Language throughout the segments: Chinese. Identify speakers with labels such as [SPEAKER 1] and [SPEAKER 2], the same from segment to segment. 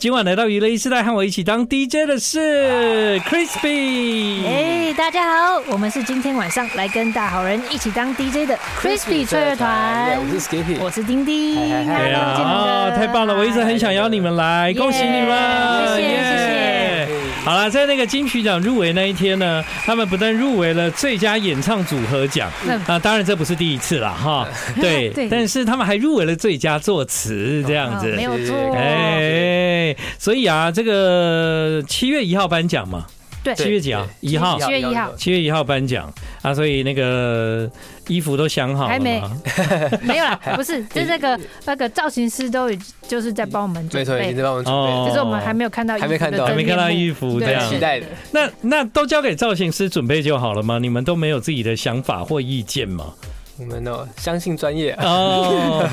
[SPEAKER 1] 今晚来到娱乐一时代，和我一起当 DJ 的是 Crispy。
[SPEAKER 2] 啊哎、大家好，我们是今天晚上来跟大好人一起当 DJ 的 Crispy 脆乐团，
[SPEAKER 3] 我是 Skippy，
[SPEAKER 2] 我是丁丁，
[SPEAKER 3] 嗨嗨嗨
[SPEAKER 1] 对呀、
[SPEAKER 2] 大家
[SPEAKER 1] 啊，
[SPEAKER 2] 都见面
[SPEAKER 1] 太棒了！我一直很想邀你们来，
[SPEAKER 2] 耶
[SPEAKER 1] 恭喜你们！
[SPEAKER 2] 谢
[SPEAKER 1] 耶
[SPEAKER 2] 谢谢
[SPEAKER 1] 好了，在那个金曲奖入围那一天呢，他们不但入围了最佳演唱组合奖
[SPEAKER 2] 嗯，
[SPEAKER 1] 啊，当然这不是第一次了哈，对
[SPEAKER 2] 对，
[SPEAKER 1] 但是他们还入围了最佳作词这样
[SPEAKER 2] 哦
[SPEAKER 1] 子
[SPEAKER 2] 没，有错，
[SPEAKER 1] 哎，所以啊，这个七月一号颁奖嘛，
[SPEAKER 2] 对，
[SPEAKER 1] 七月几号？一号，
[SPEAKER 2] 七月一号
[SPEAKER 1] 七月一号颁奖啊，所以那个衣服都想好了哦
[SPEAKER 2] 还没
[SPEAKER 1] 吗？
[SPEAKER 2] 没 有啦，不是，就是那个那个造型师都已就是在帮我们
[SPEAKER 3] 没
[SPEAKER 2] 准
[SPEAKER 3] 错，已经
[SPEAKER 2] 备，
[SPEAKER 3] 在帮我们准备
[SPEAKER 1] 哦
[SPEAKER 3] 了，
[SPEAKER 2] 就是我们还没有看到衣服的
[SPEAKER 3] 还没看到
[SPEAKER 2] 真
[SPEAKER 1] 还哦没看到
[SPEAKER 2] 面目
[SPEAKER 1] 衣服
[SPEAKER 2] 对
[SPEAKER 1] 这样
[SPEAKER 3] 很。期待的。
[SPEAKER 1] 那那都交给造型师准备就好了吗？你们都没有自己的想法或意见吗？
[SPEAKER 3] 我们哦，相信专业，
[SPEAKER 1] 哦，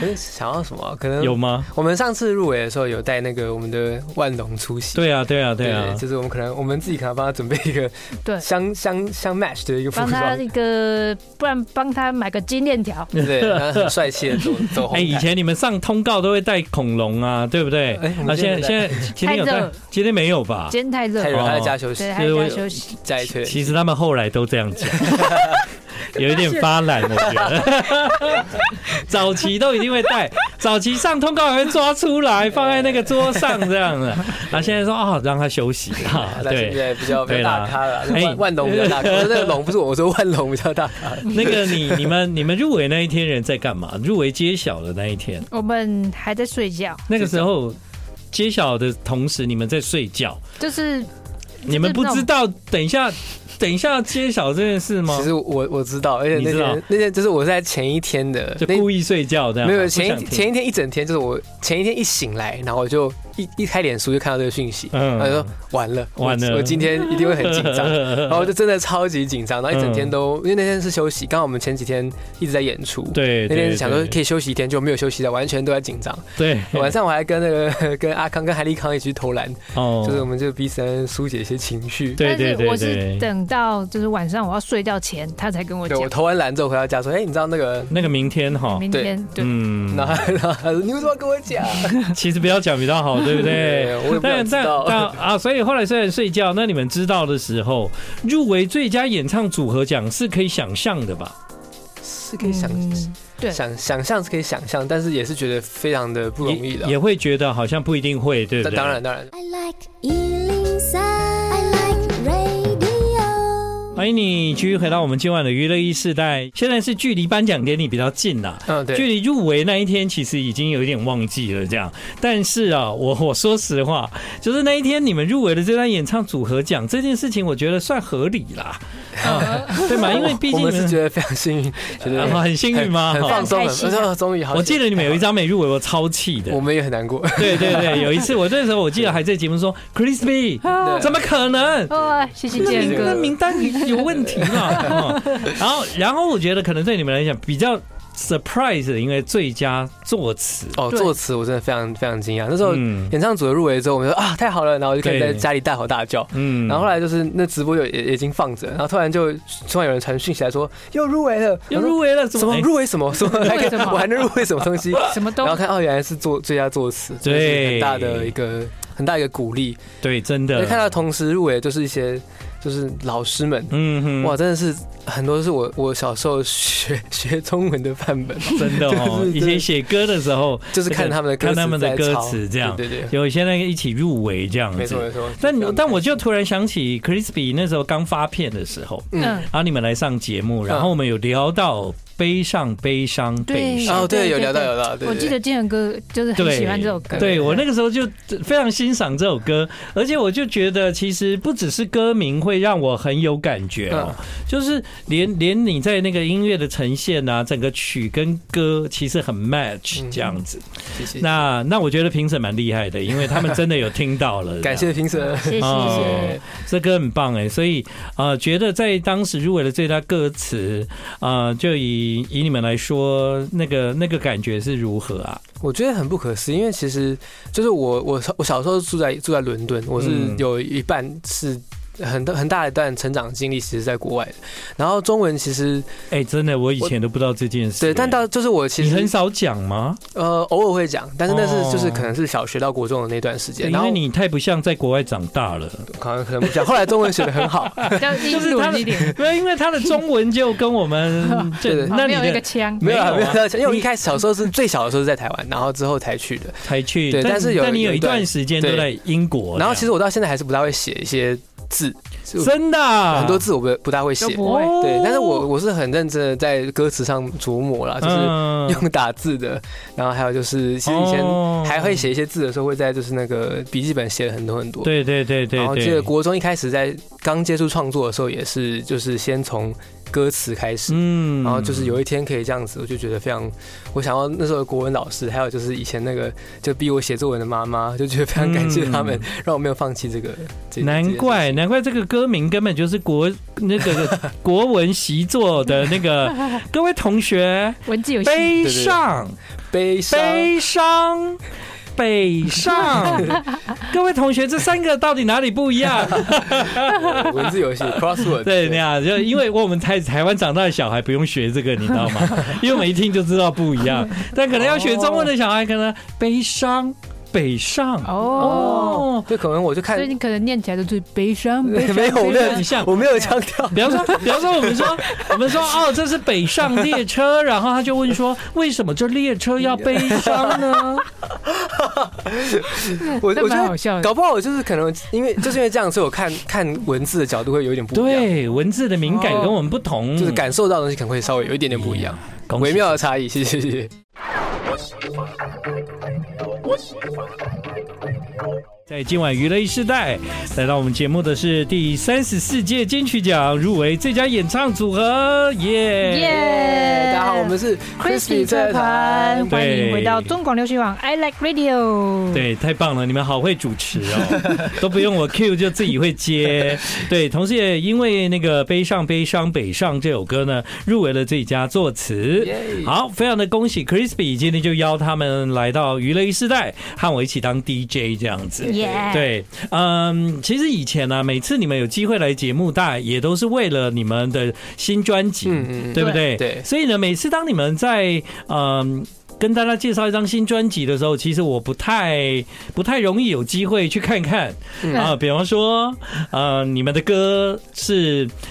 [SPEAKER 3] 可是 想要什么啊？可 能
[SPEAKER 1] 有吗？
[SPEAKER 3] 我们上次入围的时候有带那个我们的万隆出席。
[SPEAKER 1] 对啊，对啊，对啊，
[SPEAKER 3] 就是我们可能我们自己可能帮他准备一个
[SPEAKER 2] 对
[SPEAKER 3] 相相相 match 的一个服
[SPEAKER 2] 帮他
[SPEAKER 3] 装，
[SPEAKER 2] 一个，不然帮他买个金链条，
[SPEAKER 3] 对，然后很帅气的走走
[SPEAKER 1] 哎、
[SPEAKER 3] 红
[SPEAKER 1] 以
[SPEAKER 3] 毯。
[SPEAKER 1] 前你们上通告都会带恐龙啊，对不对？
[SPEAKER 3] 哎我
[SPEAKER 1] 啊，
[SPEAKER 3] 们
[SPEAKER 1] 现
[SPEAKER 3] 现在
[SPEAKER 1] 在现在今天有
[SPEAKER 2] 太热
[SPEAKER 1] 带，今天没有吧？
[SPEAKER 2] 今天太热
[SPEAKER 3] 太热，
[SPEAKER 2] 了，
[SPEAKER 3] 他在家休息
[SPEAKER 2] 哎对，，还在家休息，
[SPEAKER 3] 加一圈。
[SPEAKER 1] 其实他们后来都这样 讲，有一点发懒，我觉得。 早期都一定会带，早期上通告还会抓出来放在那个桌上这样 的，啊，现在说哦让他休息啊，
[SPEAKER 3] 那现
[SPEAKER 1] 对。
[SPEAKER 3] 在比较比较大咖了，
[SPEAKER 1] 对啦哎
[SPEAKER 3] 万万隆比较大咖，我说那个龙不是我，我说万隆比较大咖。
[SPEAKER 1] 那个你、你们、你们入围那一天人在干嘛？入围揭晓的那一天，
[SPEAKER 2] 我们还在睡觉，
[SPEAKER 1] 那个时候揭晓的同时，你们在睡觉，
[SPEAKER 2] 就是
[SPEAKER 1] 你们不知道等一下等一下揭晓这件事吗
[SPEAKER 3] 其？实我我知道，而且
[SPEAKER 1] 你
[SPEAKER 3] 那
[SPEAKER 1] 知道
[SPEAKER 3] 天那天就是我在前一天的
[SPEAKER 1] 就
[SPEAKER 3] 那
[SPEAKER 1] 故意睡觉这样吗，
[SPEAKER 3] 没有
[SPEAKER 1] 不想
[SPEAKER 3] 前一
[SPEAKER 1] 听
[SPEAKER 3] 前一天一整天，就是我前一天一醒来，然后我就一一开脸书就看到这个讯息，
[SPEAKER 1] 嗯
[SPEAKER 3] 然后就说完了
[SPEAKER 1] 完了，
[SPEAKER 3] 我我今天一定会很紧张 然后就真的超级紧张，然后一整天
[SPEAKER 1] 嗯
[SPEAKER 3] 都因为那天是休息，刚好我们前几天一直在演出，，
[SPEAKER 1] 对，
[SPEAKER 3] 那天想说
[SPEAKER 1] 对嗯
[SPEAKER 3] 可以休息一天，就没有休息到，完全都在紧张。
[SPEAKER 1] 对
[SPEAKER 3] 晚上我还跟那个跟阿康跟海立康一起去投篮，
[SPEAKER 1] 哦
[SPEAKER 3] 就是我们就彼此在那边疏解一些情绪。
[SPEAKER 1] 对对对
[SPEAKER 2] 但是我
[SPEAKER 1] 对
[SPEAKER 2] 是
[SPEAKER 1] 对，
[SPEAKER 2] 等到就是晚上我要睡觉前，他才跟我
[SPEAKER 3] 对
[SPEAKER 2] 讲
[SPEAKER 3] 我。投完篮之后回到家说，哎，你知道那个？
[SPEAKER 1] 那个明天哈，
[SPEAKER 2] 明
[SPEAKER 3] 对
[SPEAKER 2] 天对，
[SPEAKER 1] 嗯，
[SPEAKER 3] 然后然后他说你为什么要跟我讲？
[SPEAKER 1] 其实不要讲比较好， 对不对？
[SPEAKER 3] 我也不想
[SPEAKER 1] 但
[SPEAKER 3] 知
[SPEAKER 1] 但
[SPEAKER 3] 道。
[SPEAKER 1] 但啊，所以后来虽然睡觉，那你们知道的时候，入围最佳演唱组合奖是可以想象的吧？
[SPEAKER 3] 是可以想
[SPEAKER 2] 嗯对
[SPEAKER 3] 想想象是可以想象，但是也是觉得非常的不容易的
[SPEAKER 1] 也。也会觉得好像不一定会，对不
[SPEAKER 3] 但
[SPEAKER 1] 对？
[SPEAKER 3] 当然，当然，
[SPEAKER 4] I like Ealing Sound. I like radio.
[SPEAKER 1] 欢迎你继续回到我们今晚的娱乐一世代。现在是距离颁奖典礼比较近啊啦、
[SPEAKER 3] 嗯，
[SPEAKER 1] 距
[SPEAKER 3] 对，
[SPEAKER 1] 离入围那一天其实已经有一点忘记了这样。但是啊，我我说实话，就是那一天你们入围的这段演唱组合奖这件事情，我觉得算合理啦，啊，对嘛？因为毕
[SPEAKER 3] 我
[SPEAKER 1] 竟你
[SPEAKER 3] 们是
[SPEAKER 1] 们
[SPEAKER 3] 觉得非常幸运，觉得
[SPEAKER 1] 啊很幸运吗？
[SPEAKER 3] 很
[SPEAKER 1] 哈
[SPEAKER 3] 放松，
[SPEAKER 2] 很
[SPEAKER 3] 很
[SPEAKER 2] 开心
[SPEAKER 3] 我说终于好。
[SPEAKER 1] 我记得你们有一张没入围，我超气的
[SPEAKER 3] 我。们也很难过，
[SPEAKER 1] 对对对，有一次我那时候我记得还在节目 说，Crispy，
[SPEAKER 2] 啊
[SPEAKER 3] 对
[SPEAKER 1] 怎么可能？
[SPEAKER 2] 哦，谢谢
[SPEAKER 1] 那
[SPEAKER 2] 建
[SPEAKER 1] 名那
[SPEAKER 2] 哥，
[SPEAKER 1] 名单有问题 了。哦然后然后我觉得可能对你们来讲比较 surprise 的，因为最佳作词。
[SPEAKER 3] 哦，
[SPEAKER 2] 对
[SPEAKER 3] 作词我真的非常非常惊讶。那时候
[SPEAKER 1] 嗯
[SPEAKER 3] 演唱组的入围之后，我们说啊太好了，然后我就开始
[SPEAKER 1] 对
[SPEAKER 3] 在家里大吼大叫。
[SPEAKER 1] 嗯
[SPEAKER 3] 然后后来就是那直播就也也已经放着，然后突然就突然有人传讯息来说又入围了，
[SPEAKER 1] 又
[SPEAKER 3] 然后
[SPEAKER 1] 入围了，
[SPEAKER 3] 什么
[SPEAKER 1] 哎
[SPEAKER 3] 入围什么什么，还
[SPEAKER 2] 入
[SPEAKER 3] 可以
[SPEAKER 2] 围什么
[SPEAKER 3] 我还能入围什么东西？
[SPEAKER 2] 什么都
[SPEAKER 3] 然后看哦，原来是作最佳作词，
[SPEAKER 1] 对
[SPEAKER 3] 就是很大的一个很大一个鼓励。
[SPEAKER 1] 哎对，真
[SPEAKER 3] 因
[SPEAKER 1] 的
[SPEAKER 3] 为看到同时入围的就是一些就是老师们，
[SPEAKER 1] 嗯哼，
[SPEAKER 3] 哇，真的是很多是我我小时候学 学中文的范 本，
[SPEAKER 1] 真的哦，
[SPEAKER 3] 就是
[SPEAKER 1] 以前写歌的时候，
[SPEAKER 3] 就是看他们的
[SPEAKER 1] 看
[SPEAKER 3] 歌词在抄，
[SPEAKER 1] 他们的歌词这样
[SPEAKER 3] 对对对，
[SPEAKER 1] 有些那个一起入围这样
[SPEAKER 3] 没错
[SPEAKER 1] 子。
[SPEAKER 3] 没错。
[SPEAKER 1] 但但我就突然想起 Crispy 那时候刚发片的时候，
[SPEAKER 2] 嗯，
[SPEAKER 3] 嗯。
[SPEAKER 1] 然后你们来上节目，然后我们有聊到悲伤、悲伤、悲
[SPEAKER 2] 对
[SPEAKER 1] 伤。
[SPEAKER 3] 哦，对，有聊到
[SPEAKER 2] 对
[SPEAKER 3] 有聊到，
[SPEAKER 2] 我记得建哥就是 很喜欢这首歌，
[SPEAKER 1] 对我那个时候就非常欣赏这首歌，而且我就觉得其实不只是歌名会让我很有感觉哦，
[SPEAKER 2] 嗯
[SPEAKER 1] 就是连连你在那个音乐的呈现啊，整个曲跟歌其实很 match
[SPEAKER 3] 嗯
[SPEAKER 1] 这样子。
[SPEAKER 3] 那
[SPEAKER 1] 那那我觉得评审蛮厉害的，因为他们真的有听到 了。
[SPEAKER 3] 感谢评审，
[SPEAKER 2] 谢谢
[SPEAKER 1] 哦这歌很棒哎，所以呃，觉得在当时入围了最佳歌词，呃，就以以你们来说，那个那个感觉是如何啊？
[SPEAKER 3] 我觉得很不可思议，因为其实就是我我我小时候住在住在伦敦，我是
[SPEAKER 1] 嗯
[SPEAKER 3] 有一半是很大很大一段成长经历，其实在国外的。然后中文其实
[SPEAKER 1] 哎、真的，我以前都不知道这件事。欸
[SPEAKER 3] 对，但到就是我其
[SPEAKER 1] 你很
[SPEAKER 3] 实
[SPEAKER 1] 少讲吗？
[SPEAKER 3] 呃偶尔会讲，但是那是
[SPEAKER 1] 哦
[SPEAKER 3] 就是可能是小学到国中的那段时间，
[SPEAKER 1] 因
[SPEAKER 3] 然后
[SPEAKER 1] 为你太不像在国外长大了。
[SPEAKER 3] 好像可能不讲。后来中文学的 很好，
[SPEAKER 1] 哦
[SPEAKER 5] 要英伦一点，
[SPEAKER 1] 对，因为他的中文就跟我们
[SPEAKER 3] 对
[SPEAKER 1] 这
[SPEAKER 3] 对
[SPEAKER 2] 哦
[SPEAKER 5] 没
[SPEAKER 1] 那你
[SPEAKER 5] 有一个
[SPEAKER 1] 的
[SPEAKER 5] 腔。
[SPEAKER 3] 没有啊
[SPEAKER 1] 没
[SPEAKER 3] 没
[SPEAKER 1] 有
[SPEAKER 3] 有
[SPEAKER 1] 啊
[SPEAKER 3] 啊，因为我一开始小时候是最小的时候是在台湾，然后之后才去的。
[SPEAKER 1] 才去，
[SPEAKER 3] 对但是有
[SPEAKER 1] 但你有
[SPEAKER 3] 有
[SPEAKER 1] 一
[SPEAKER 3] 一段
[SPEAKER 1] 段时间都
[SPEAKER 3] 对
[SPEAKER 1] 在英国，
[SPEAKER 3] 然后其
[SPEAKER 1] 实
[SPEAKER 3] 实我到现在还是不大会写一些字，就
[SPEAKER 1] 真的啊哦
[SPEAKER 3] 很多字我不不大会写
[SPEAKER 5] 都。不会
[SPEAKER 3] 对，但是我我是很认真的在歌词上琢磨啦，就是
[SPEAKER 1] 嗯
[SPEAKER 3] 用打字的，然后还有就是其实以前
[SPEAKER 1] 哦
[SPEAKER 3] 还会写一些字的时候，会在就是那个笔记本写了很多很多。。
[SPEAKER 1] 对对对对
[SPEAKER 3] 然后记
[SPEAKER 1] 对
[SPEAKER 3] 得，国中一开始在刚接触创作的时候，也是就是先从歌词开始，
[SPEAKER 1] 嗯
[SPEAKER 3] 然后就是有一天可以这样子，我就觉得非常，我想要那时候的国文老师，还有就是以前那个就逼我写作文的妈妈，就觉得非常感谢他们，让我没有放弃这个。这
[SPEAKER 1] 嗯难怪，难怪这个歌名根本就是国那 个国文习作的那个各位同学，
[SPEAKER 5] 文字游戏，
[SPEAKER 1] 悲伤
[SPEAKER 3] 这件事悲
[SPEAKER 1] 悲伤。北上， 各位同学，这三个到底哪里不一样？
[SPEAKER 3] 伤，文字游戏 crossword，
[SPEAKER 1] 对，那样就因为我们台台湾长大的小孩不用学这个，你知道 吗？因为我们一听就知道不一样。但可能要学中文的小孩，可能悲伤、北上
[SPEAKER 5] 哦，
[SPEAKER 1] 哦，
[SPEAKER 3] 就可能我就看
[SPEAKER 5] 所以你可能念起来就是悲伤，悲伤，
[SPEAKER 3] 没
[SPEAKER 5] 悲
[SPEAKER 3] 有没
[SPEAKER 5] 伤
[SPEAKER 3] 有
[SPEAKER 1] 很像
[SPEAKER 3] 我没有腔调，
[SPEAKER 1] 比方说，比方说，我们 说，我们说，哦，这是北上列车，然后他就问说，为什么这列车要悲伤 呢？
[SPEAKER 3] 我
[SPEAKER 5] 这
[SPEAKER 3] 我觉
[SPEAKER 5] 蛮
[SPEAKER 3] 得
[SPEAKER 5] 好笑的。
[SPEAKER 3] 搞不好我就是可能因为就是因为这样，所以 我看看文字的角度会有一点不一样，
[SPEAKER 1] 对，文字的敏感跟我们不同，
[SPEAKER 3] 哦
[SPEAKER 5] 嗯
[SPEAKER 3] 就是感受到的东西可能会稍微有一点点不一样，
[SPEAKER 1] 恭喜
[SPEAKER 3] 微妙的差异。谢谢谢谢。
[SPEAKER 1] 在今晚娱乐一时代，来到我们节目的是第三十四届金曲奖入围最佳演唱组合，耶、
[SPEAKER 2] 耶！
[SPEAKER 3] 大家好，我们是
[SPEAKER 2] Crispy 这团，欢迎回到中广流行网 I Like Radio。，
[SPEAKER 1] 对，太棒了！你们好会主持哦， 都不用我 Q 就自己会接。对，同时也因为那个《悲上悲伤北上》这首歌呢，入围了最佳作词。
[SPEAKER 3] 耶
[SPEAKER 1] 好，非常的恭喜 Crispy，今天就邀他们来到娱乐一时代，和我一起当 DJ 这样子。
[SPEAKER 2] 耶！，
[SPEAKER 1] 对，嗯，其实以前呢、每次你们有机会来节目，大家也都是为了你们的新专辑，
[SPEAKER 3] 嗯嗯嗯
[SPEAKER 1] 对不对？
[SPEAKER 3] 对
[SPEAKER 1] 所以呢，每次当你们在嗯。跟大家介绍一张新专辑的时候，其实我不太不太容易有机会去看看啊、
[SPEAKER 3] 嗯
[SPEAKER 1] 比方说，呃，你们的歌是呃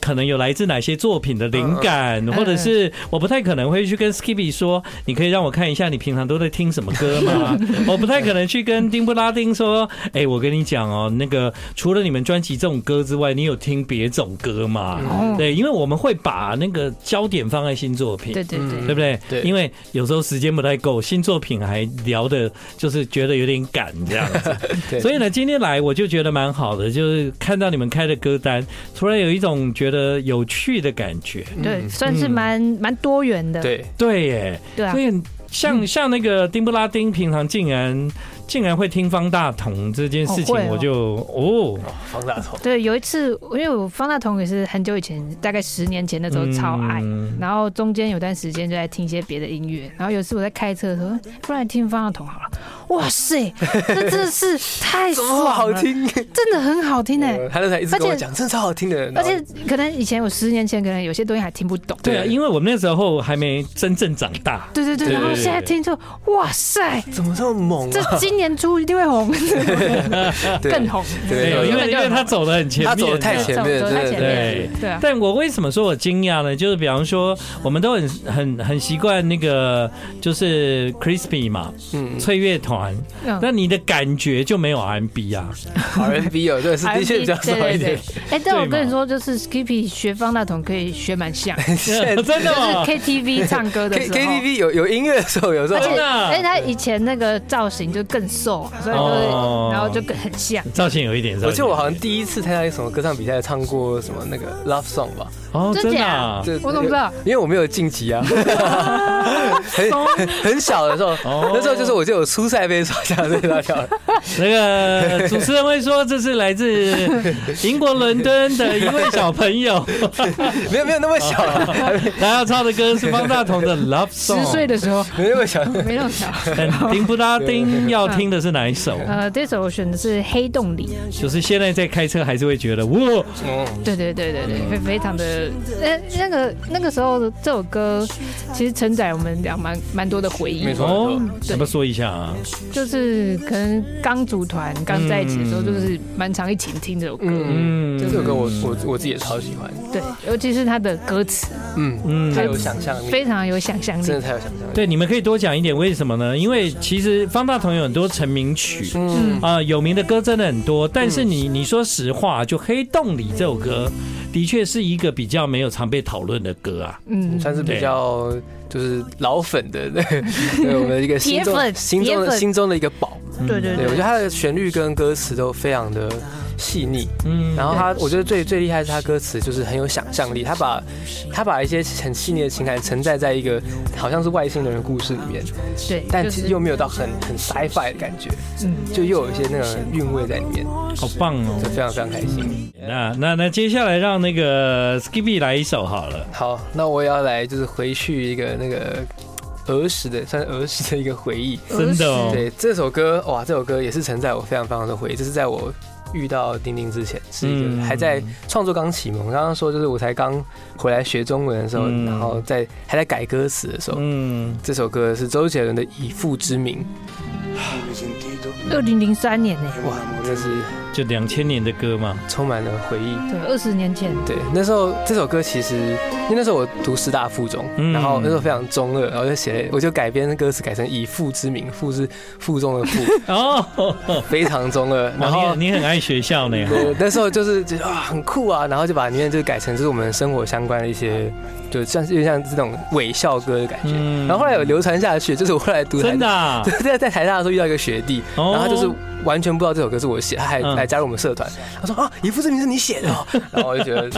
[SPEAKER 1] 可能有来自哪些作品的
[SPEAKER 3] 嗯
[SPEAKER 1] 灵感，或者是我不太可能会去跟 Skippy 说，你可以让我看一下你平常都在听什么歌 吗？我不太可能去跟丁布拉丁说，哎、我跟你讲哦，那个除了你们专辑这种歌之外，你有听别种歌吗？
[SPEAKER 3] 嗯
[SPEAKER 2] 哦，
[SPEAKER 1] 对，因为我们会把那个焦点放在新作品，
[SPEAKER 5] 对对对，
[SPEAKER 1] 对不对？
[SPEAKER 3] 对
[SPEAKER 1] 因为有时候时间不太够，新作品还聊的，就是觉得有点赶这样子。
[SPEAKER 3] 对
[SPEAKER 1] 所以呢，今天来我就觉得蛮好的，就是看到你们开的歌单，突然有一种觉得有趣的感觉。
[SPEAKER 2] 对，算是蛮蛮多元的。
[SPEAKER 3] 嗯对，
[SPEAKER 1] 对耶，
[SPEAKER 2] 对啊
[SPEAKER 1] 所，以像像那个丁布拉丁，平常竟然竟然会听方大同这件事情
[SPEAKER 2] 哦会，哦
[SPEAKER 1] 我就哦，
[SPEAKER 3] 方大同，
[SPEAKER 2] 对，有一次，因为我方大同也是很久以前，大概十年前那时候超爱。
[SPEAKER 1] 嗯
[SPEAKER 2] 然后中间有段时间就在听一些别的音乐，然后有一次我在开车的时候，不然听方大同好了。哇 塞，这真的是太
[SPEAKER 3] 怎么
[SPEAKER 2] 爽
[SPEAKER 3] 好
[SPEAKER 2] 了，
[SPEAKER 3] 听？
[SPEAKER 2] 真的很好听哎、
[SPEAKER 3] 呃他那才一直跟我讲，真的超好听的。
[SPEAKER 2] 而且可能以前我十年前可能有些东西还听不懂，
[SPEAKER 1] 对啊，因为我们那时候还没真正长大。
[SPEAKER 2] 对对对，
[SPEAKER 3] 对
[SPEAKER 2] 然后现在听就哇塞，
[SPEAKER 3] 怎么这么猛
[SPEAKER 2] 这
[SPEAKER 3] 啊？
[SPEAKER 2] 今年出一定会红，
[SPEAKER 3] 对
[SPEAKER 2] 更红。
[SPEAKER 3] 对
[SPEAKER 1] 对，因为
[SPEAKER 2] 对
[SPEAKER 1] 因为他走的很前面，啊
[SPEAKER 3] 他走得太前面
[SPEAKER 2] 走
[SPEAKER 3] 了，
[SPEAKER 2] 走太
[SPEAKER 3] 真
[SPEAKER 2] 前
[SPEAKER 3] 的。
[SPEAKER 1] 对
[SPEAKER 2] 面，对啊，
[SPEAKER 1] 但我为什么说我惊讶呢？就是比方说，我们都很很很习惯那个就是 crispy 嘛，
[SPEAKER 3] 嗯
[SPEAKER 1] 翠乐团，
[SPEAKER 2] 嗯
[SPEAKER 1] 那你的感觉就没有 RMB 啊？
[SPEAKER 3] ，R&B 哦，对，是的确比较少一
[SPEAKER 2] 对对
[SPEAKER 3] 点
[SPEAKER 2] 对。 哎，但我跟你说，就是 Skippy 学方大同可以学蛮 像，就
[SPEAKER 1] 真的
[SPEAKER 2] 是
[SPEAKER 1] 吗？
[SPEAKER 2] KTV 唱歌的
[SPEAKER 3] K
[SPEAKER 2] 时
[SPEAKER 3] K T
[SPEAKER 2] 候。
[SPEAKER 3] V 有有音乐的时候，有时候
[SPEAKER 2] 而且
[SPEAKER 1] 真的啊
[SPEAKER 2] 而且他以前那个造型就更瘦，所以就是
[SPEAKER 1] 哦
[SPEAKER 2] 然后就更很像。
[SPEAKER 1] 造型有一点，
[SPEAKER 3] 我记得我好
[SPEAKER 1] 造
[SPEAKER 3] 像
[SPEAKER 1] 型
[SPEAKER 3] 第一次参加一个什么歌唱比赛，唱过什么那个 Love Song 吧？
[SPEAKER 1] 有一点哦，
[SPEAKER 2] 真
[SPEAKER 1] 真的
[SPEAKER 2] 假
[SPEAKER 1] 啊
[SPEAKER 3] 这
[SPEAKER 2] 我怎么知道？
[SPEAKER 3] 因为我没有晋 级啊，很很很小的时候，
[SPEAKER 1] 哦
[SPEAKER 3] 哦那时候就是我就有初赛被刷下，被刷下了。
[SPEAKER 1] 那个主持人会说这是来 自英国伦敦的一位小朋友，
[SPEAKER 3] 没有没有那么小啊了，还没
[SPEAKER 1] 他要唱的歌是方大同的《Love
[SPEAKER 2] 十
[SPEAKER 1] Song》。
[SPEAKER 2] 岁的时候
[SPEAKER 3] 没那么小。
[SPEAKER 2] 没弄巧。
[SPEAKER 1] 嗯叮不搭叮，要听的是哪一首？
[SPEAKER 2] 呃，这首我选的是《黑洞里》，
[SPEAKER 1] 就是现在在开车还是会觉得哇，
[SPEAKER 3] 嗯，
[SPEAKER 2] 对对对对对，非非常的，呃，那个那个时候的这首歌其实承载我们俩蛮蛮多的回忆
[SPEAKER 3] 没，错
[SPEAKER 1] 哦，
[SPEAKER 2] 对
[SPEAKER 1] 怎么说一下啊？
[SPEAKER 2] 就是可能刚组团刚在一起的时候，
[SPEAKER 1] 嗯
[SPEAKER 2] 就是蛮常一起听这首歌，
[SPEAKER 1] 嗯，
[SPEAKER 3] 这首歌我我我自己也超喜欢，
[SPEAKER 2] 对，尤其是它的歌词
[SPEAKER 3] 嗯，
[SPEAKER 1] 嗯
[SPEAKER 3] 太有想象力，
[SPEAKER 2] 非常有想象
[SPEAKER 3] 真
[SPEAKER 2] 力
[SPEAKER 3] 的，太有想象力。
[SPEAKER 1] 对，你们可以多讲一点，为什么呢？因为其实方大同有很多成名曲。
[SPEAKER 3] 嗯，
[SPEAKER 1] 啊、有名的歌真的很多，但是你你说实话，就《黑洞里》这首歌，的确是一个比较没有常被讨论的歌啊。
[SPEAKER 2] 嗯，
[SPEAKER 3] 算是比较就是老粉的， 对，对我们一个心
[SPEAKER 2] 铁
[SPEAKER 3] 中
[SPEAKER 2] 粉
[SPEAKER 3] 心中
[SPEAKER 2] 铁
[SPEAKER 3] 的
[SPEAKER 2] 粉
[SPEAKER 3] 心中的一个宝。
[SPEAKER 2] 对对
[SPEAKER 3] 对，我觉得它的旋律跟歌词都非常的细腻，
[SPEAKER 1] 嗯
[SPEAKER 3] 然后他，我觉得最最厉害是他歌词就是很有想象力，他把他把一些很细腻的情感承载在一个好像是外星人的故事里面，
[SPEAKER 2] 对，
[SPEAKER 3] 但
[SPEAKER 2] 就
[SPEAKER 3] 其
[SPEAKER 2] 是
[SPEAKER 3] 实又没有到很很 sci-fi 的感觉，
[SPEAKER 2] 嗯
[SPEAKER 3] 就又有一些那种韵味在里面，
[SPEAKER 1] 好棒哦
[SPEAKER 3] 就！非常非常开心。
[SPEAKER 1] 那那那接下来让那个 Skippy 来一首好了。
[SPEAKER 3] 好，那我也要来就是回去一个那个儿时的，算是儿时的一个回忆。
[SPEAKER 1] 真的哦
[SPEAKER 3] 对这首歌，哇，这首歌也是承载我非常非常的回忆。这是在我遇到丁丁之前，是一
[SPEAKER 1] 嗯
[SPEAKER 3] 个还在创作刚启蒙。我刚刚说，就是我才刚回来学中文的时候，
[SPEAKER 1] 嗯
[SPEAKER 3] 然后在还在改歌词的时候，
[SPEAKER 1] 嗯，
[SPEAKER 3] 这首歌是周杰伦的《以父之名
[SPEAKER 2] 二零零三年呢，》，
[SPEAKER 3] 哇，真是
[SPEAKER 1] 就两千年的歌嘛。
[SPEAKER 3] 充满了回忆。
[SPEAKER 2] 对，二十年前，
[SPEAKER 3] 对，那时候这首歌其实，因为那时候我读师大附中，
[SPEAKER 1] 嗯
[SPEAKER 3] 然后那时候非常中二，然后就写了，我就改编歌词改成以父之名，父是附中的 父，
[SPEAKER 1] 哦，
[SPEAKER 3] 非常中二。然后
[SPEAKER 1] 哇，你你很爱学校呢。
[SPEAKER 3] 对，那时候就是觉得啊很酷啊，然后就把里面就改成就是我们生活相关的一些，就像就像这种伪校歌的感觉。
[SPEAKER 1] 嗯
[SPEAKER 3] 然后后来有流传下去，就是我后来读台，
[SPEAKER 1] 真的、啊
[SPEAKER 3] 在在台大的时候遇到一个学弟，
[SPEAKER 1] 哦
[SPEAKER 3] 然后他就是完全不知道这首歌是我写，他还
[SPEAKER 1] 嗯
[SPEAKER 3] 来加入我们社团，他说啊，以父之名是你写 的、哦，然后我就觉得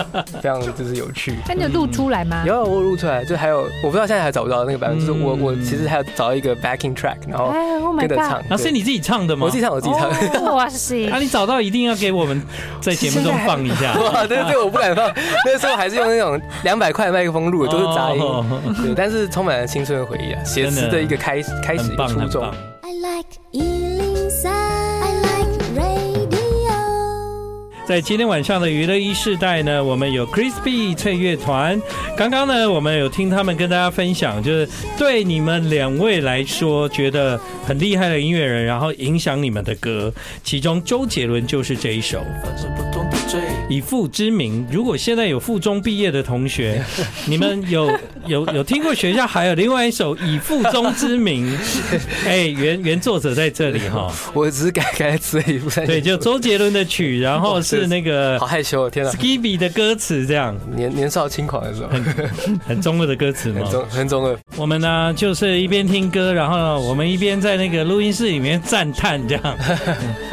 [SPEAKER 3] 非常就是有趣。
[SPEAKER 2] 那你有录出来吗？
[SPEAKER 3] 有啊我录出来，就还有我不知道现在还找不到那个版本，就是我
[SPEAKER 1] 嗯
[SPEAKER 3] 我其实还有找到一个 backing track，然后
[SPEAKER 2] 哎，Oh
[SPEAKER 3] 跟
[SPEAKER 2] my
[SPEAKER 3] 着
[SPEAKER 2] god！
[SPEAKER 3] 唱。
[SPEAKER 1] 啊，是
[SPEAKER 3] 对
[SPEAKER 1] 你自己唱的吗？
[SPEAKER 3] 我自己唱，我自己唱。
[SPEAKER 2] 哦哇塞！
[SPEAKER 1] 啊，你找到一定要给我们在节目中放一 下。
[SPEAKER 3] 哇，对对，我不 敢放。那时候还是用那种两百块的麦克风录的，都是杂音。
[SPEAKER 1] 哦
[SPEAKER 3] 对，但是充满了青春的回忆啊，写
[SPEAKER 1] 真
[SPEAKER 3] 词
[SPEAKER 1] 的
[SPEAKER 3] 的一个开开始
[SPEAKER 1] 很
[SPEAKER 3] 一个
[SPEAKER 1] 棒，
[SPEAKER 3] 初
[SPEAKER 1] 很
[SPEAKER 3] 衷
[SPEAKER 1] 棒。。
[SPEAKER 4] I like Ealing Sound. I like radio.
[SPEAKER 1] 在今天晚上的娱乐一世代呢，我们有 Crispy 翠乐团。刚刚呢，我们有听他们跟大家分享，就是对你们两位来说，觉得很厉害的音乐人，然后影响你们的歌，其中周杰伦就是这一首。以父之名，如果现在有附中毕业的同学，你们有有有听过 学校还有另外一首《以附中之名》？哎，原原作者在这里哈，
[SPEAKER 3] 我只是改改词而已，不算
[SPEAKER 1] 对，就周杰伦的曲，然后是那个
[SPEAKER 3] 哦好害羞哦，天哪！
[SPEAKER 1] Skibby 的歌词这样，
[SPEAKER 3] 年年少轻狂的时候，
[SPEAKER 1] 很中二的歌词
[SPEAKER 3] 很
[SPEAKER 1] 嘛。
[SPEAKER 3] 中很中二。
[SPEAKER 1] 我们呢就是一边听歌，然后呢我们一边在那个录音室里面赞叹这 样。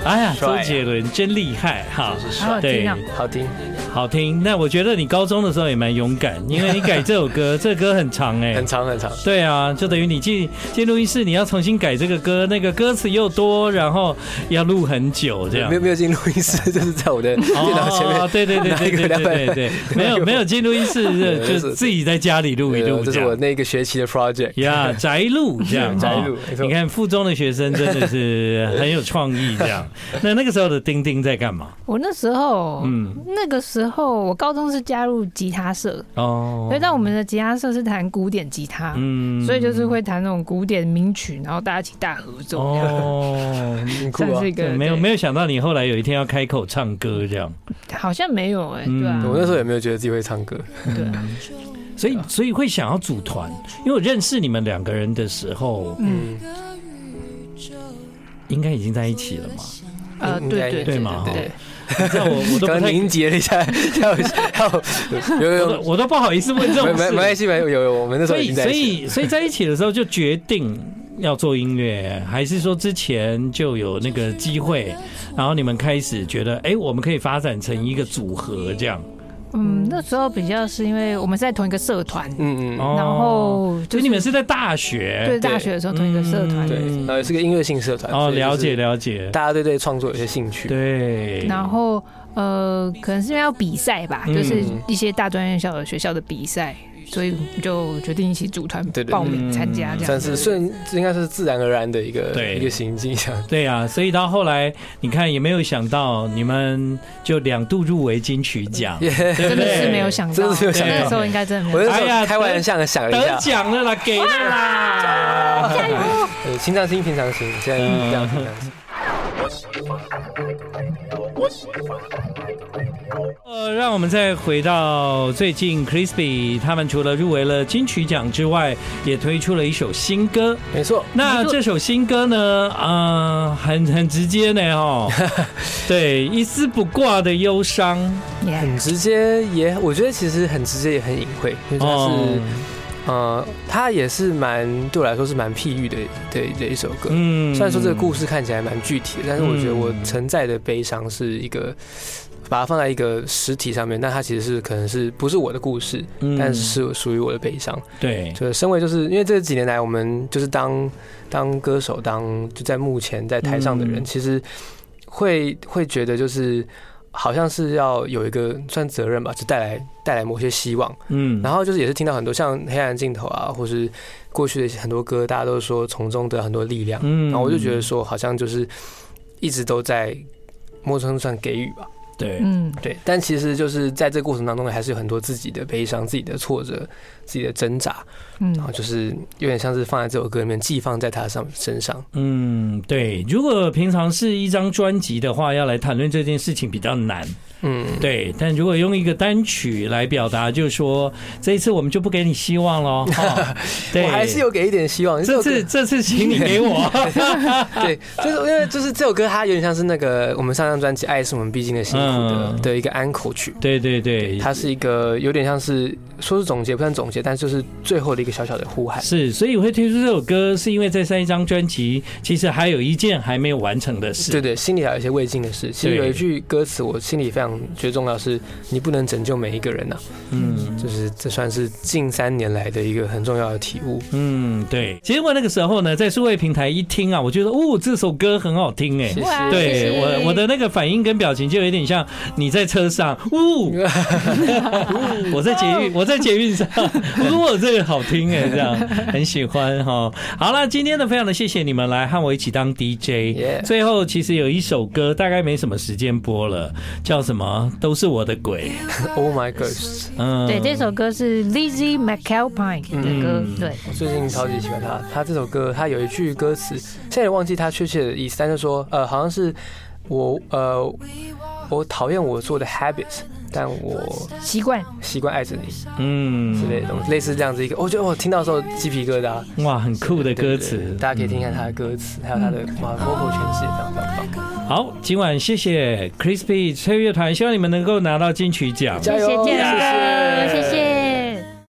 [SPEAKER 1] 哎呀，周
[SPEAKER 3] 帅啊
[SPEAKER 1] 杰伦真厉害哈！
[SPEAKER 2] 好好
[SPEAKER 1] 对
[SPEAKER 2] 听啊，
[SPEAKER 3] 好听，
[SPEAKER 1] 好听。那我觉得你高中的时候也蛮勇敢，因为你改这首 歌，这歌很长哎、
[SPEAKER 3] 很长很长。
[SPEAKER 1] 对啊，就等于你进进录音室，你要重新改这个歌，那个歌词又多，然后要录很久这样哦
[SPEAKER 3] 没。有没有进录音室，就是在我的电 脑前面。
[SPEAKER 1] 对对对对对对对对， 没有没有进录音室，
[SPEAKER 3] 对
[SPEAKER 1] 就
[SPEAKER 3] 就是
[SPEAKER 1] 自己在家里录一录
[SPEAKER 3] 呃
[SPEAKER 1] 这
[SPEAKER 3] 这是我
[SPEAKER 1] 样。
[SPEAKER 3] 那个学期的 project。
[SPEAKER 1] 呀，宅录这样，
[SPEAKER 3] 摘
[SPEAKER 1] 哈
[SPEAKER 3] 录，没错
[SPEAKER 1] 你。看附中的学生真的是很有创意，这 样。那那个时候的丁丁在干嘛？
[SPEAKER 2] 我那时候，
[SPEAKER 1] 嗯，
[SPEAKER 2] 那个时候我高中是加入吉他社，
[SPEAKER 1] 哦
[SPEAKER 2] 所以，在我们的吉他社是弹古典吉他，
[SPEAKER 1] 嗯
[SPEAKER 2] 所以就是会弹那种古典名曲，然后大家一起大合奏，这样
[SPEAKER 1] 哦，
[SPEAKER 3] 很酷
[SPEAKER 2] 算
[SPEAKER 3] 啊
[SPEAKER 2] 是一！个
[SPEAKER 1] 没有没
[SPEAKER 2] 有，
[SPEAKER 1] 有想到你后来有一天要开口唱歌这样，
[SPEAKER 2] 好像没有哎，
[SPEAKER 1] 嗯
[SPEAKER 2] 对啊
[SPEAKER 3] 我那时候也没有觉得自己会唱歌，
[SPEAKER 2] 对啊，
[SPEAKER 1] 所以所以会想要组团，因为我认识你们两个人的时候，
[SPEAKER 2] 嗯，
[SPEAKER 3] 嗯，
[SPEAKER 1] 应该已经在一起了嘛。
[SPEAKER 2] 呃，
[SPEAKER 3] 应
[SPEAKER 2] 对
[SPEAKER 3] 该
[SPEAKER 2] 对
[SPEAKER 1] 对
[SPEAKER 2] 对
[SPEAKER 1] 嘛
[SPEAKER 2] 对对，
[SPEAKER 1] 你知道我我都
[SPEAKER 3] 刚
[SPEAKER 1] 不
[SPEAKER 3] 刚凝
[SPEAKER 1] 太，
[SPEAKER 3] 结了一下，还有还有有有
[SPEAKER 1] 我
[SPEAKER 3] 有
[SPEAKER 1] 都我都不好意思问这
[SPEAKER 3] 没
[SPEAKER 1] 种
[SPEAKER 3] 没没关
[SPEAKER 1] 事。
[SPEAKER 3] 系，没有有有，我们那时
[SPEAKER 1] 所
[SPEAKER 3] 候已
[SPEAKER 1] 以
[SPEAKER 3] 经在
[SPEAKER 1] 所
[SPEAKER 3] 一起了。
[SPEAKER 1] 以所以在一起的时候就决定要做音乐，还是说之前就有那个机会，然后你们开始觉得，哎，我们可以发展成一个组合这样。
[SPEAKER 2] 嗯，那时候比较是因为我们是在同一个社团，
[SPEAKER 3] 嗯嗯，
[SPEAKER 1] 哦
[SPEAKER 2] 然后
[SPEAKER 1] 所
[SPEAKER 2] 就
[SPEAKER 1] 以
[SPEAKER 2] 是
[SPEAKER 1] 你们是在大学，
[SPEAKER 3] 哎
[SPEAKER 2] 对大学的时候同一个社团，
[SPEAKER 3] 对，然后也是个音乐性社团，
[SPEAKER 1] 嗯哦，
[SPEAKER 3] 所以就是
[SPEAKER 1] 了解了解，
[SPEAKER 3] 大家对对创作有些兴趣，
[SPEAKER 1] 对，
[SPEAKER 2] 然后呃，可能是因为要比赛吧，
[SPEAKER 1] 嗯
[SPEAKER 2] 就是一些大专院校的学校的比赛，所以就决定一起组团
[SPEAKER 3] 对对
[SPEAKER 2] 报名参加这样
[SPEAKER 3] 嗯算
[SPEAKER 2] 子。
[SPEAKER 3] 是顺，应该是自然而然的一个
[SPEAKER 1] 对哦
[SPEAKER 3] 一个行径，这样
[SPEAKER 1] 对呀、所以到后来，你看也没有想到，你们就两度入围金曲 奖， 对不
[SPEAKER 2] 真的是
[SPEAKER 1] 对
[SPEAKER 2] 没有想
[SPEAKER 3] 真
[SPEAKER 2] 到，
[SPEAKER 3] 的是没有
[SPEAKER 1] 想到
[SPEAKER 2] 那时候应该真的没
[SPEAKER 3] 我
[SPEAKER 2] 有
[SPEAKER 3] 那
[SPEAKER 2] 想
[SPEAKER 1] 哎
[SPEAKER 3] 时
[SPEAKER 1] 呀
[SPEAKER 3] 候开玩笑的想了一
[SPEAKER 1] 得
[SPEAKER 3] 下，
[SPEAKER 1] 奖了啦，给了啦，
[SPEAKER 3] 呃，心脏心平常心，现在
[SPEAKER 1] 嗯
[SPEAKER 3] 这样平常心。
[SPEAKER 1] 呃，让我们再回到最近，Crispy 他们除了入围了金曲奖之外，也推出了一首新歌。
[SPEAKER 3] 没错，
[SPEAKER 1] 那这首新歌呢，呃，很很直接呢， 哦，对，一丝不挂的忧伤，
[SPEAKER 2] 到。Yeah
[SPEAKER 3] 很直接也，我觉得其实很直接也很隐晦，因为它是
[SPEAKER 1] 哦，
[SPEAKER 3] 呃，它也是蛮对我来说是蛮譬喻的的的一首歌。
[SPEAKER 1] 嗯
[SPEAKER 3] 虽然说这个故事看起来蛮具体的，但是我觉得我承载的悲伤是一个，把它放在一个实体上面，但它其实是可能是不是我的故事，
[SPEAKER 1] 嗯
[SPEAKER 3] 但是是属于我的悲伤。
[SPEAKER 1] 对，
[SPEAKER 3] 就是身为就是因为这几年来，我们就是当当歌手，当就在幕前在台上的人，
[SPEAKER 1] 嗯
[SPEAKER 3] 其实会会觉得就是好像是要有一个算责任吧，就带来带来某些希望。
[SPEAKER 1] 嗯
[SPEAKER 3] 然后就是也是听到很多像《黑暗尽头》啊，或是过去的一些很多歌，大家都说从中得到很多力量。
[SPEAKER 1] 嗯
[SPEAKER 3] 然后我就觉得，说，好像就是一直都在某种程度上给予吧。
[SPEAKER 1] 对，
[SPEAKER 2] 嗯，
[SPEAKER 3] 对，但其实就是在这过程当中，还是有很多自己的悲伤、自己的挫折、自己的挣扎。然后
[SPEAKER 2] 嗯，
[SPEAKER 3] 就是有点像是放在这首歌里面，寄放在他上身上。
[SPEAKER 1] 嗯，对，如果平常是一张专辑的话，要来谈论这件事情比较难，
[SPEAKER 3] 嗯，
[SPEAKER 1] 对。但如果用一个单曲来表达，就是说这一次我们就不给你希望喽， 哈对，
[SPEAKER 3] 我还是有给一点希望。
[SPEAKER 1] 这
[SPEAKER 3] 首歌
[SPEAKER 1] 次这次请你给 我，
[SPEAKER 3] 对，就是因为就是这首歌，它有点像是那个我们上张专辑《爱是我们必经的辛苦》的
[SPEAKER 1] 嗯
[SPEAKER 3] 的一个安口曲。
[SPEAKER 1] 对对对，
[SPEAKER 3] 它是一个有点像是说是总结不算总结，但就是最后的一个小小的呼喊。
[SPEAKER 1] 是，所以我会推出这首歌，是因为在上一张专辑，其实还有一件还没有完成的事。
[SPEAKER 3] 对对，心里还有一些未尽的事。其实
[SPEAKER 1] 对
[SPEAKER 3] 有一句歌词，我心里非常觉得重要是，你不能拯救每一个人呐、啊
[SPEAKER 1] 嗯
[SPEAKER 3] 就是这算是近三年来的一个很重要的体悟。
[SPEAKER 1] 嗯，对。结果那个时候呢，在数位平台一听啊，我觉得哦，这首歌很好听哎
[SPEAKER 3] 谢。
[SPEAKER 2] 哇
[SPEAKER 3] 谢。
[SPEAKER 1] 对
[SPEAKER 2] 谢谢
[SPEAKER 1] 我我的那个反应跟表情就有点像你在车上，呜，我在捷运我在捷运上，我说我这个好听哎，这样很喜欢哈。好了，今天呢非常的谢谢你们来和我一起当 DJ，
[SPEAKER 3] 耶
[SPEAKER 1] 最后其实有一首歌大概没什么时间播了，叫什么？都是我的鬼。
[SPEAKER 3] Oh my gosh！
[SPEAKER 1] 嗯，
[SPEAKER 2] 对，这首歌是 Lizzie McAlpine 的歌
[SPEAKER 1] 嗯，
[SPEAKER 2] 对，
[SPEAKER 3] 我最近超级喜欢他，他这首歌他有一句歌词，现在也忘记他确切的意思，但是说呃好像是我呃我讨厌我做的 habits，但我
[SPEAKER 2] 习惯，
[SPEAKER 3] 习惯爱着你之
[SPEAKER 1] 嗯，
[SPEAKER 3] 类的东西，类似这样子一个，我觉得我听到的时候鸡皮疙瘩。
[SPEAKER 1] 哇，很酷的歌
[SPEAKER 3] 对对
[SPEAKER 1] 词
[SPEAKER 3] 对。大家可以听一下他的歌词，还有他的哇 vocal 诠释也非常非常棒，
[SPEAKER 1] 好，今晚谢谢 Crispy 吹乐团，希望你们能够拿到金曲奖。
[SPEAKER 3] 加油！
[SPEAKER 2] 谢谢
[SPEAKER 3] 谢谢